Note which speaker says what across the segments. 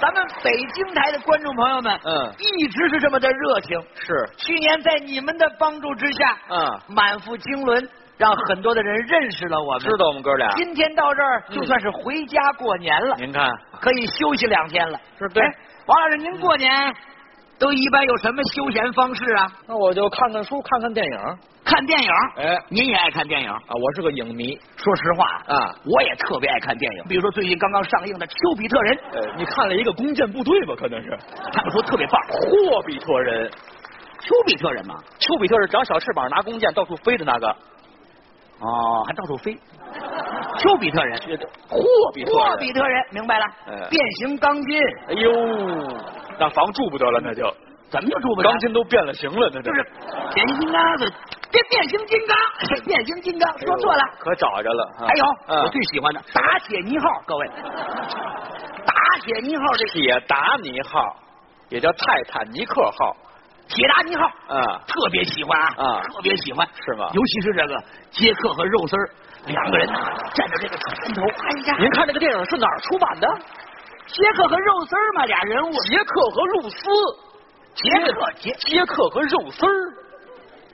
Speaker 1: 咱们北京台的观众朋友们，
Speaker 2: 嗯
Speaker 1: 一直是这么的热情。
Speaker 2: 是，
Speaker 1: 去年在你们的帮助之下，
Speaker 2: 嗯，
Speaker 1: 满腹经纶，让很多的人认识了我们。
Speaker 2: 知道我们哥俩。
Speaker 1: 今天到这儿
Speaker 2: 嗯
Speaker 1: 就算是回家过年了，
Speaker 2: 您看，
Speaker 1: 可以休息两天了。
Speaker 2: 是对
Speaker 1: 哎王老师，您过年都一般有什么休闲方式啊？
Speaker 2: 那我就看看书，看看电影。
Speaker 1: 看电影。
Speaker 2: 哎，
Speaker 1: 您也爱看电影？
Speaker 2: 啊，我是个影迷
Speaker 1: 说实话
Speaker 2: 啊。
Speaker 1: 我也特别爱看电影，比如说最近刚刚上映的《丘比特人》，
Speaker 2: 呃，你看了一个弓箭部队吧？可能是
Speaker 1: 他们说特别棒。
Speaker 2: 霍比特人，
Speaker 1: 丘比特人嘛，
Speaker 2: 丘比特是长小翅膀拿弓箭到处飞的那个。啊
Speaker 1: 哦，还到处飞。丘比特人，
Speaker 2: 霍比特人，
Speaker 1: 霍比特人，明白了
Speaker 2: 嗯。
Speaker 1: 变形钢筋
Speaker 2: 哎呦，那房住不得了，那就
Speaker 1: 怎么就住不着？
Speaker 2: 钢筋都变了形了，那
Speaker 1: 就是变形金刚的，变变形金
Speaker 2: 哎
Speaker 1: 刚，变形金刚，说错了。
Speaker 2: 可找着了。啊
Speaker 1: 还有
Speaker 2: 嗯
Speaker 1: 我最喜欢的打铁尼号，各位，打铁尼号这
Speaker 2: 铁达尼号，也叫泰坦尼克号，
Speaker 1: 铁达尼号，
Speaker 2: 啊，
Speaker 1: 特别喜欢啊，
Speaker 2: 啊
Speaker 1: 特别喜欢，
Speaker 2: 是吗
Speaker 1: 尤其是这个杰克和肉丝儿两个人呐站着这个船头，哎呀，
Speaker 2: 您看这个电影是哪儿出版的？
Speaker 1: 杰克和肉丝儿嘛，俩人物，
Speaker 2: 杰克和露丝，
Speaker 1: 杰克杰
Speaker 2: 杰克和肉丝儿，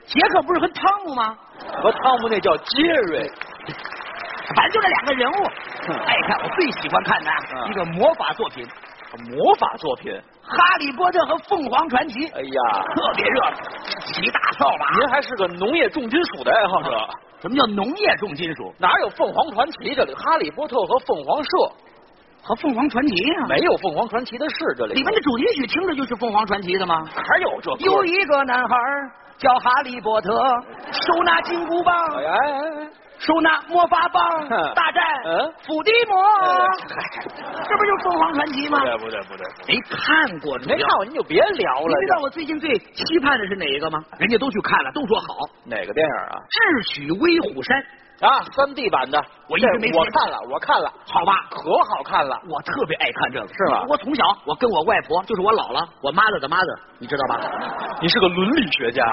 Speaker 1: 杰克不是跟汤姆吗？
Speaker 2: 和汤姆那叫杰瑞。
Speaker 1: 反正就这两个人物，
Speaker 2: 哼
Speaker 1: 爱看我最喜欢看的啊
Speaker 2: 嗯
Speaker 1: 一个魔法作品《
Speaker 2: 魔法作品，
Speaker 1: 哈利波特和凤凰传奇》，
Speaker 2: 哎呀，
Speaker 1: 特别热闹，骑大扫把。
Speaker 2: 您还是个农业重金属的爱好者，
Speaker 1: 什么叫农业重金属
Speaker 2: 哪有凤凰传奇这里？哈利波特和凤凰社
Speaker 1: 和凤凰传奇啊？
Speaker 2: 没有凤凰传奇的事，这里
Speaker 1: 里面的主题曲听着就是凤凰传奇的吗？
Speaker 2: 哪有这歌？
Speaker 1: 有一个男孩儿叫哈利波特，手拿金箍棒，
Speaker 2: 哎哎哎哎，
Speaker 1: 手拿魔法棒，
Speaker 2: 哼
Speaker 1: 大战
Speaker 2: 嗯
Speaker 1: 伏地魔。这不就是凤凰传奇吗？
Speaker 2: 哎不对不对，
Speaker 1: 哎没看过，
Speaker 2: 没看过您就别聊
Speaker 1: 你知道
Speaker 2: 了。
Speaker 1: 我最近最期盼的是哪一个吗？
Speaker 2: 哎
Speaker 1: 人家都去看了，都说好，《
Speaker 2: 哪个电影啊？
Speaker 1: 智取威虎山》，
Speaker 2: 啊，三 D 版的，
Speaker 1: 我一直没
Speaker 2: 这我
Speaker 1: 接触
Speaker 2: 看了，我看了，
Speaker 1: 好吧？
Speaker 2: 可好看了。
Speaker 1: 我特别爱看这个，
Speaker 2: 是吗
Speaker 1: 我从小，我跟我外婆，就是我姥姥，我妈的的妈的，你知道吧？
Speaker 2: 你是个伦理学家，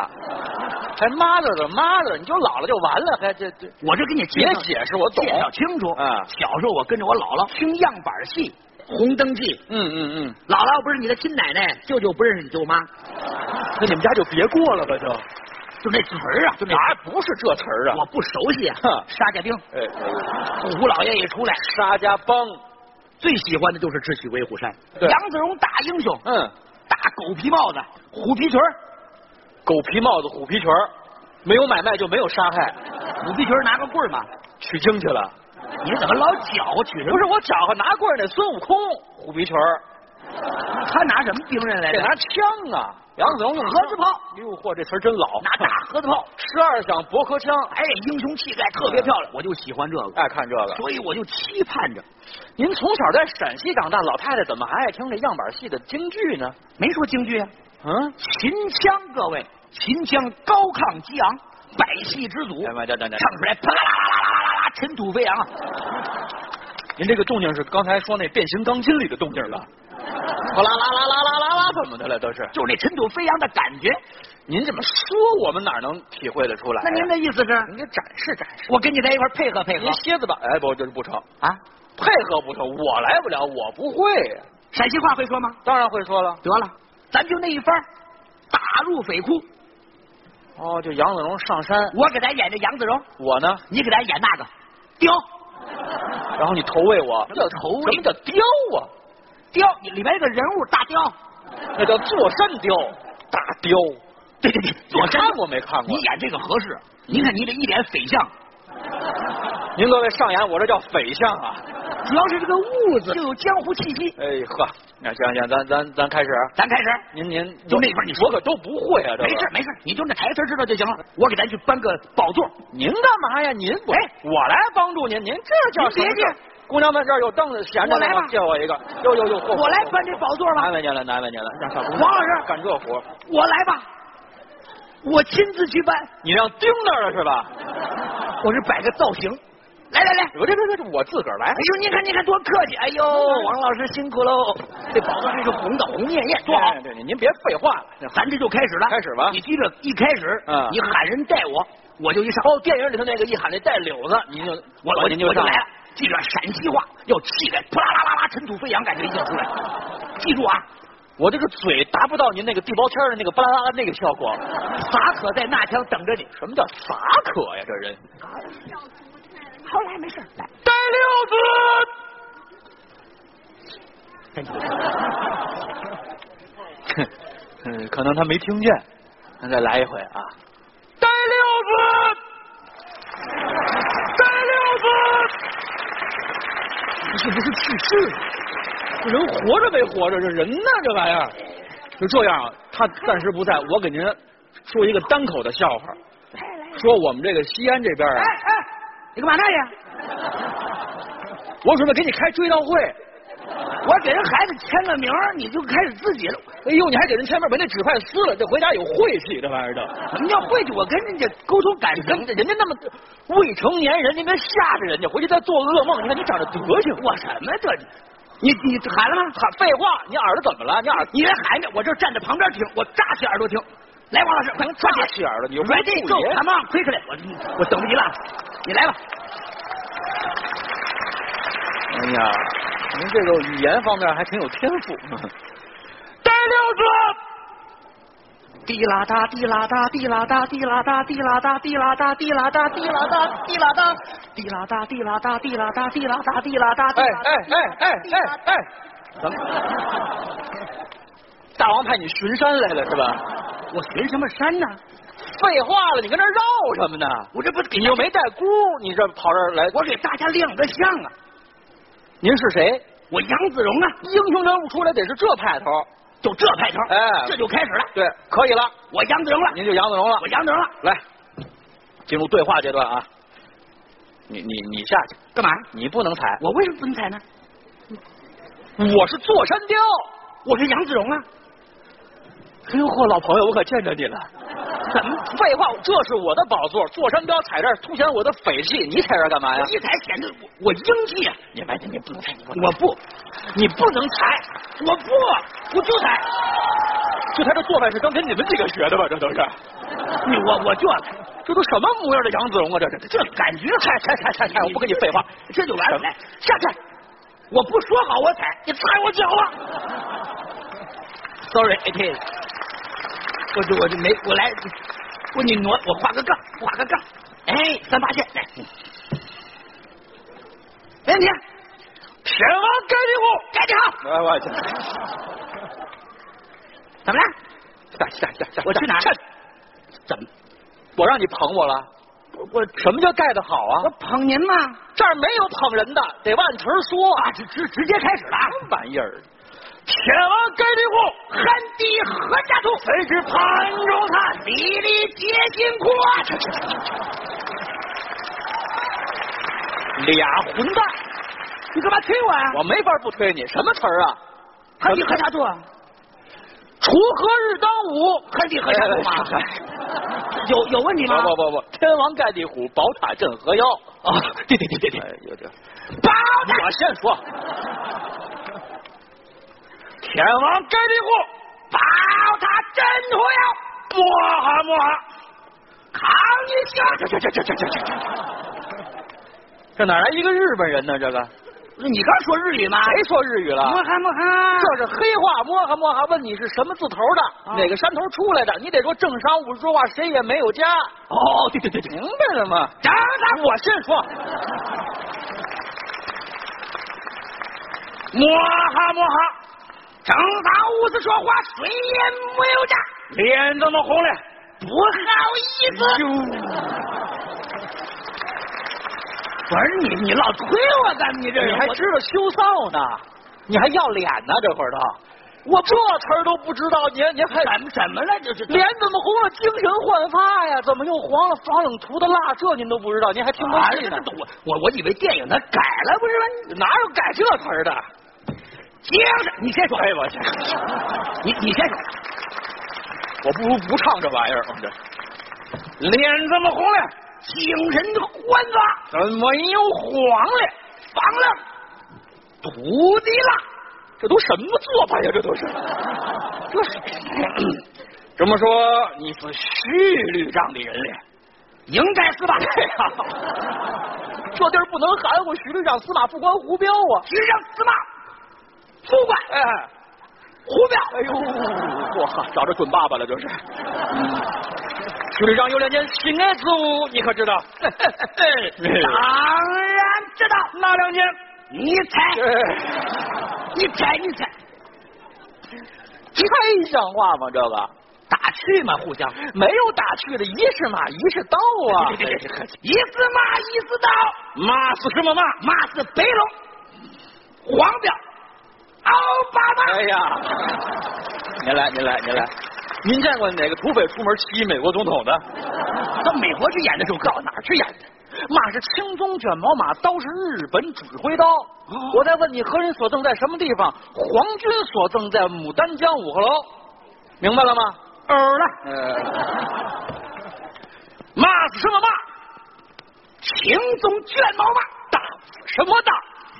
Speaker 2: 还妈了的妈了，你就老了就完了，还这这
Speaker 1: 我这给你介
Speaker 2: 别
Speaker 1: 绍
Speaker 2: 解释，我懂
Speaker 1: 介。绍清楚。
Speaker 2: 嗯
Speaker 1: 小时候我跟着我姥姥听样板戏《红灯记》，
Speaker 2: 嗯嗯嗯，
Speaker 1: 姥姥不是你的亲奶奶，舅舅不认识你舅妈，
Speaker 2: 那你们家就别过了吧，就
Speaker 1: 就那词儿啊，就那
Speaker 2: 哪不是这词儿啊
Speaker 1: 我？不熟悉啊
Speaker 2: 哼。
Speaker 1: 沙家兵，
Speaker 2: 哎哎，
Speaker 1: 胡老爷一出来，
Speaker 2: 沙家浜，
Speaker 1: 最喜欢的就是智取威虎山。
Speaker 2: 对
Speaker 1: 杨子荣大英雄，
Speaker 2: 嗯，
Speaker 1: 大狗皮帽子、虎皮裙儿
Speaker 2: 狗皮帽子、虎皮裙儿，没有买卖就没有杀害，
Speaker 1: 虎皮裙儿拿个棍儿嘛，
Speaker 2: 取经去了。
Speaker 1: 你怎么老搅和取人？
Speaker 2: 不是我搅和拿棍儿那孙悟空虎皮裙儿，
Speaker 1: 他拿什么兵刃来
Speaker 2: 得
Speaker 1: 着？
Speaker 2: 拿枪啊！杨子荣用
Speaker 1: 盒子炮，
Speaker 2: 哟哎嚯，这词儿真老，
Speaker 1: 拿大盒子炮。
Speaker 2: 十二响驳壳枪，
Speaker 1: 哎，英雄气概特别漂亮，我就喜欢这个，
Speaker 2: 爱看这个。
Speaker 1: 所以我就期盼着。
Speaker 2: 您从小在陕西长大，老太太怎么还爱听这样板戏的京剧呢？
Speaker 1: 没说京剧啊，
Speaker 2: 嗯，
Speaker 1: 秦腔，各位，秦腔高亢激昂，百戏之祖，
Speaker 2: 哎妈，等等等，
Speaker 1: 唱出来啪啦啦啦啦啦啦啦，尘土飞扬啊！
Speaker 2: 您这个动静是刚才说那变形钢筋里的动静吧？ 哗啦啦啦啦啦啦啦，怎么的了？都是。
Speaker 1: 就是那尘土飞扬的感觉。
Speaker 2: 您这么说，我们哪能体会得出来呀？
Speaker 1: 那您的意思是，
Speaker 2: 您给展示展示。
Speaker 1: 我跟你在一块儿配合配合
Speaker 2: 您歇着吧。哎，不，就是不成，
Speaker 1: 啊？
Speaker 2: 配合不成，我来不了，我不会。
Speaker 1: 陕西话会说吗？
Speaker 2: 当然会说了。
Speaker 1: 得了，咱就那一番儿，打入匪窟。
Speaker 2: 哦，就杨子荣上山，
Speaker 1: 我给咱演这杨子荣，
Speaker 2: 我呢，
Speaker 1: 你给咱演那个雕
Speaker 2: 然后你投喂我。
Speaker 1: 什么叫投喂
Speaker 2: 什么叫雕啊？
Speaker 1: 雕，你里边有个人物大雕。
Speaker 2: 那叫座山雕，大雕。
Speaker 1: 对对对，
Speaker 2: 我
Speaker 1: 我
Speaker 2: 看过没看过？
Speaker 1: 你演这个合适。您看你这一脸匪相，
Speaker 2: 您各位上演，我这叫匪相啊！
Speaker 1: 主要是这个痦子就有江湖气息。
Speaker 2: 哎呵，那行行，咱咱咱开始。啊
Speaker 1: 咱开始，
Speaker 2: 您您
Speaker 1: 就那块儿你说
Speaker 2: 我可都不会啊，这
Speaker 1: 没事。没事，你就那台词知道就行了。我给咱去搬个宝座，
Speaker 2: 您干嘛呀？您不，
Speaker 1: 哎
Speaker 2: 我来帮助您。您这叫什么
Speaker 1: 您别
Speaker 2: 事儿姑娘们，这儿有凳子闲着
Speaker 1: 我
Speaker 2: 呢
Speaker 1: 来吧，
Speaker 2: 借我一个。哟哟哟，嚯
Speaker 1: 我来搬这宝座吧
Speaker 2: 难。为您了，难为您了。让小姑娘
Speaker 1: 王老师，
Speaker 2: 干这活，
Speaker 1: 我来吧，我亲自去搬，
Speaker 2: 你让钉那儿了是吧？
Speaker 1: 我是摆个造型。来来来，
Speaker 2: 我这这这，我自个儿来
Speaker 1: 哎。呦，您看您看多客气，哎呦，王老师辛苦喽。这宝座这是红的，红艳艳，多好
Speaker 2: 哎。对，您您别废话了。这
Speaker 1: 咱这就开始了，
Speaker 2: 开始吧
Speaker 1: 你记着，一开始，
Speaker 2: 嗯
Speaker 1: 你喊人带我，我就一上。
Speaker 2: 哦，电影里头那个一喊那带柳子，您就
Speaker 1: 我
Speaker 2: 我
Speaker 1: 我
Speaker 2: 您
Speaker 1: 我就
Speaker 2: 上
Speaker 1: 来了，记着陕西话要气得扑啦啦啦啦，尘土飞扬，感觉一下出来。记住啊，
Speaker 2: 我这个嘴达不到您那个地包天儿的那个巴拉巴拉那个效果。
Speaker 1: 撒可在那枪等着你。
Speaker 2: 什么叫撒可呀？这人
Speaker 1: 好
Speaker 2: 哎
Speaker 1: 来没事儿来，
Speaker 2: 带六子。
Speaker 1: 真的
Speaker 2: 嗯，可能他没听见，那再来一回啊。带六子，带六子，
Speaker 3: 你这不是去世吗？
Speaker 2: 这人活着没活着？这人呢？这玩意儿，就这样啊。他暂时不在，我给您说一个单口的笑话，
Speaker 1: 来来，
Speaker 2: 说我们这个西安这边啊
Speaker 1: 哎，哎，你干嘛那去？
Speaker 2: 我准备给你开追悼会。
Speaker 1: 我给人孩子签个名儿，你就开始自己了。
Speaker 2: 哎呦，你还给人前面把那纸块撕了，这回家有晦气，这玩意儿的。
Speaker 1: 什么叫晦气？我跟人家沟通感情，
Speaker 2: 人人家那么未成年人，您别吓着人家，回去再做噩梦。你看你长这德行，
Speaker 1: 我什么这？你你喊了吗？喊
Speaker 2: 废话，你耳朵怎么了？你耳
Speaker 1: 你别喊着，我这站在旁边听，我扎起耳朵听。来，王老师，快点，抓
Speaker 2: 扎起耳朵你又不是
Speaker 1: Ready
Speaker 2: 故意
Speaker 1: go，咱们 quickly，我我等不及了，你来吧。
Speaker 2: 哎呀，您这个语言方面还挺有天赋。 带六
Speaker 1: 滴啦哒，滴啦哒，滴啦哒，滴啦哒，滴啦哒，滴啦哒，滴啦哒，滴啦哒，滴啦哒，滴啦哒，滴啦哒，滴啦哒，滴啦哒，滴啦哒，
Speaker 2: 子，哎哎哎哎哎哎，怎么？大王派你巡山来了是吧？
Speaker 1: 我寻什么山呢？
Speaker 2: 废话了，你跟这儿绕什么呢？
Speaker 1: 我这不给
Speaker 2: 你又没带箍，你这跑这儿来？
Speaker 1: 我给大家亮个相啊！
Speaker 2: 您是谁？
Speaker 1: 我杨子荣啊，
Speaker 2: 英雄人物出来得是这派头。
Speaker 1: 就这派头，
Speaker 2: 哎
Speaker 1: 这就开始了。
Speaker 2: 对，可以了，
Speaker 1: 我杨子荣了，
Speaker 2: 您就杨子荣了
Speaker 1: 我。杨子荣了，
Speaker 2: 来，进入对话阶段啊。你你你下去，
Speaker 1: 干嘛？
Speaker 2: 你不能踩。
Speaker 1: 我为什么不能踩呢？
Speaker 2: 我是座山雕。
Speaker 1: 我是杨子荣啊！
Speaker 2: 哎呦嚯，老朋友，我可见着你了。嗯
Speaker 1: 怎么？
Speaker 2: 废话，这是我的宝座，座山雕踩这儿凸显我的匪气，你踩这儿干嘛呀
Speaker 1: 我？一踩显得我我英气啊！
Speaker 2: 你白天你不能踩，你不
Speaker 1: 我不，
Speaker 2: 你不能踩，
Speaker 1: 我不，我就踩，
Speaker 2: 就他这做派是刚跟你们几个学的吧？这都是，
Speaker 1: 你嗯我我就要踩，
Speaker 2: 这都什么模样的杨子荣啊？这是
Speaker 1: 这感觉
Speaker 2: 踩踩踩踩踩，我不跟你废话，
Speaker 1: 这就完了。来，下去！我不说好我踩，你踩我脚啊！Sorry，it is。我就我就没我来，我你挪我画个杠，画个杠。哎，三八线来，哎没问题。天王盖地虎，盖地好，
Speaker 2: 哎我去，
Speaker 1: 怎么了？
Speaker 2: 下下下下，
Speaker 1: 我去哪儿
Speaker 2: 下
Speaker 1: 怎么？
Speaker 2: 我让你捧我了？
Speaker 1: 我我
Speaker 2: 什么叫盖得好啊
Speaker 1: 我？捧您嘛，
Speaker 2: 这儿没有捧人的，得按词儿说啊。
Speaker 1: 直直直接开始了啊！
Speaker 2: 什么玩意儿？啊
Speaker 1: 天王盖地虎，汗滴禾下土，谁知盘中餐，粒粒皆辛苦啊！这这
Speaker 2: 俩 混蛋！
Speaker 1: 你干嘛推我啊呀、
Speaker 2: 我没法不推你，什么词儿啊？
Speaker 1: 汗滴禾下土，
Speaker 2: 锄禾日当午，
Speaker 1: 汗滴禾下土
Speaker 2: 哎哎
Speaker 1: 嘛？ 有有问题吗？
Speaker 2: 不不不不，天王盖地虎，宝塔镇河妖。
Speaker 1: 啊，对对对对
Speaker 2: 哎，有这，
Speaker 1: 包子
Speaker 2: 我先说，
Speaker 1: 天王盖地虎，包他真火药，摸哈摸哈，扛一下！这这这这这这这这，
Speaker 2: 这哪来一个日本人呢？这个
Speaker 1: 你刚说日语吗？
Speaker 2: 谁说日语了？
Speaker 1: 摸哈摸哈，
Speaker 2: 这是黑话，摸哈摸哈，问你是什么字头的，
Speaker 1: 啊
Speaker 2: 哪个山头出来的？你得说正晌午说话，谁也没有家。
Speaker 1: 哦，对对对对，
Speaker 2: 明白了吗？
Speaker 1: 等等，
Speaker 2: 我先说，
Speaker 1: 摸哈摸哈，正堂屋子说话，谁也没有家，
Speaker 2: 脸怎么红哎了？
Speaker 1: 不好意思。不是你，你老推我干嘛？你这
Speaker 2: 你
Speaker 1: 人
Speaker 2: 还
Speaker 1: 我
Speaker 2: 知道羞臊呢？你还要脸呢？这会儿都，我这词儿都不知道，您您还
Speaker 1: 怎么怎么了？这是
Speaker 2: 脸怎么红了？精神焕发呀？怎么又黄了？防冷涂的蜡，这您都不知道？您还听不
Speaker 1: 啊
Speaker 2: 进去呢？
Speaker 1: 我我我以为电影它改了不是吗？
Speaker 2: 哪有改这词儿的？
Speaker 1: 接着你先说，哎我去，你你先说，
Speaker 2: 我不如不唱这玩意儿，我这
Speaker 1: 脸怎么红了？精神焕发，
Speaker 2: 怎么又黄了？
Speaker 1: 防了，土地了，
Speaker 2: 这都什么做法呀？这都是，
Speaker 1: 这是
Speaker 2: 这么说你 是旭绿障的人脸？
Speaker 1: 应该是吧？
Speaker 2: 这地儿不能含糊，徐旅长司马副官胡彪啊，
Speaker 1: 徐上司马副官
Speaker 2: 哎，
Speaker 1: 胡彪。
Speaker 2: 哎呦，哇，找着准爸爸了这是。徐旅长有两件心爱之物，你可 知道？哎
Speaker 1: 当然知道，
Speaker 2: 哪两件？
Speaker 1: 你猜， 你猜，你猜，
Speaker 2: 太像话吗？这个
Speaker 1: 打趣嘛，互相。
Speaker 2: 没有打趣的，一是马，一是刀 啊！
Speaker 1: 一字马，一字刀，
Speaker 2: 马是什么马？
Speaker 1: 马是北龙，黄标，奥巴马
Speaker 4: 哎。呀，您来，您来，您来，您见过哪个土匪出门骑美国总统的？
Speaker 1: 到美国去演的时候，到哪儿去演的？
Speaker 2: 马是青鬃卷毛马，刀是日本指挥刀。
Speaker 1: 哦
Speaker 2: 我再问你，何人所赠在什么地方？皇军所赠在牡丹江五合楼，明白了吗？
Speaker 1: 欧了，
Speaker 4: 呃，
Speaker 2: 骂是什么骂？
Speaker 1: 秦宗卷毛马，
Speaker 2: 大什么大？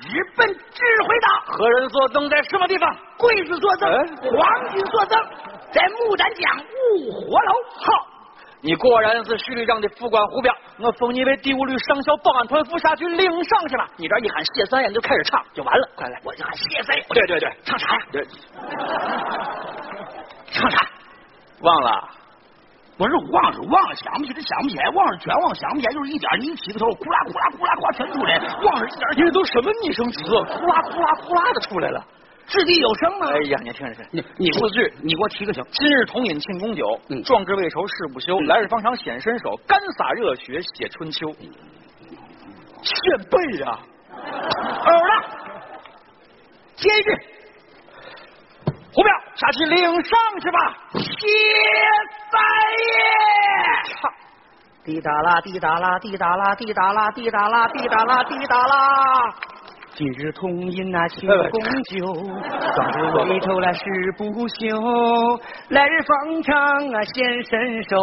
Speaker 1: 日本指挥刀，
Speaker 2: 何人所赠在什么地方？
Speaker 1: 刽子作证，
Speaker 4: 哎
Speaker 1: 皇军作证，在牡丹江五火楼。
Speaker 2: 好，你果然是徐旅长的副官胡彪，我封你为第五旅上校保安团副下去领上去了。你这一喊谢三爷你就开始唱，就完了。快来，
Speaker 1: 我就喊谢飞，我就
Speaker 4: 对对对，
Speaker 1: 唱啥呀？
Speaker 4: 对，
Speaker 1: 唱啥？
Speaker 4: 忘了，
Speaker 1: 我是忘是忘了想不起来，想不起来，忘了全忘想不起来，就是一点儿你一起个头，呼啦呼啦呼啦呼啦全出来，忘了一点儿
Speaker 4: 因为都什么拟声词，呼啦呼啦呼啦的出来了。
Speaker 1: 掷地有声啊！
Speaker 4: 哎呀，你听着听，
Speaker 1: 你你给
Speaker 4: 四
Speaker 1: 我
Speaker 4: 句。
Speaker 1: 你给我提个醒，
Speaker 4: 今日同饮庆功酒，
Speaker 1: 嗯
Speaker 4: 壮志未酬事不休。来日方长显身手，干洒热血写春秋。欠背呀、
Speaker 1: 耳了，接一句，
Speaker 4: 胡彪，下去领上去吧。
Speaker 1: 谢三爷。
Speaker 2: 滴答啦，滴答啦，滴答啦，滴答啦，滴答啦，滴答啦，滴答啦。今日同饮那 庆功酒，壮志未酬来誓不休。来日方长啊显身手，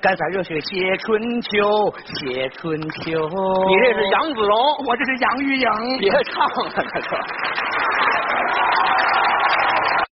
Speaker 2: 干洒热血写春秋，写春秋。
Speaker 4: 你这是杨子荣，
Speaker 1: 我这是杨钰莹，
Speaker 4: 别唱了，这就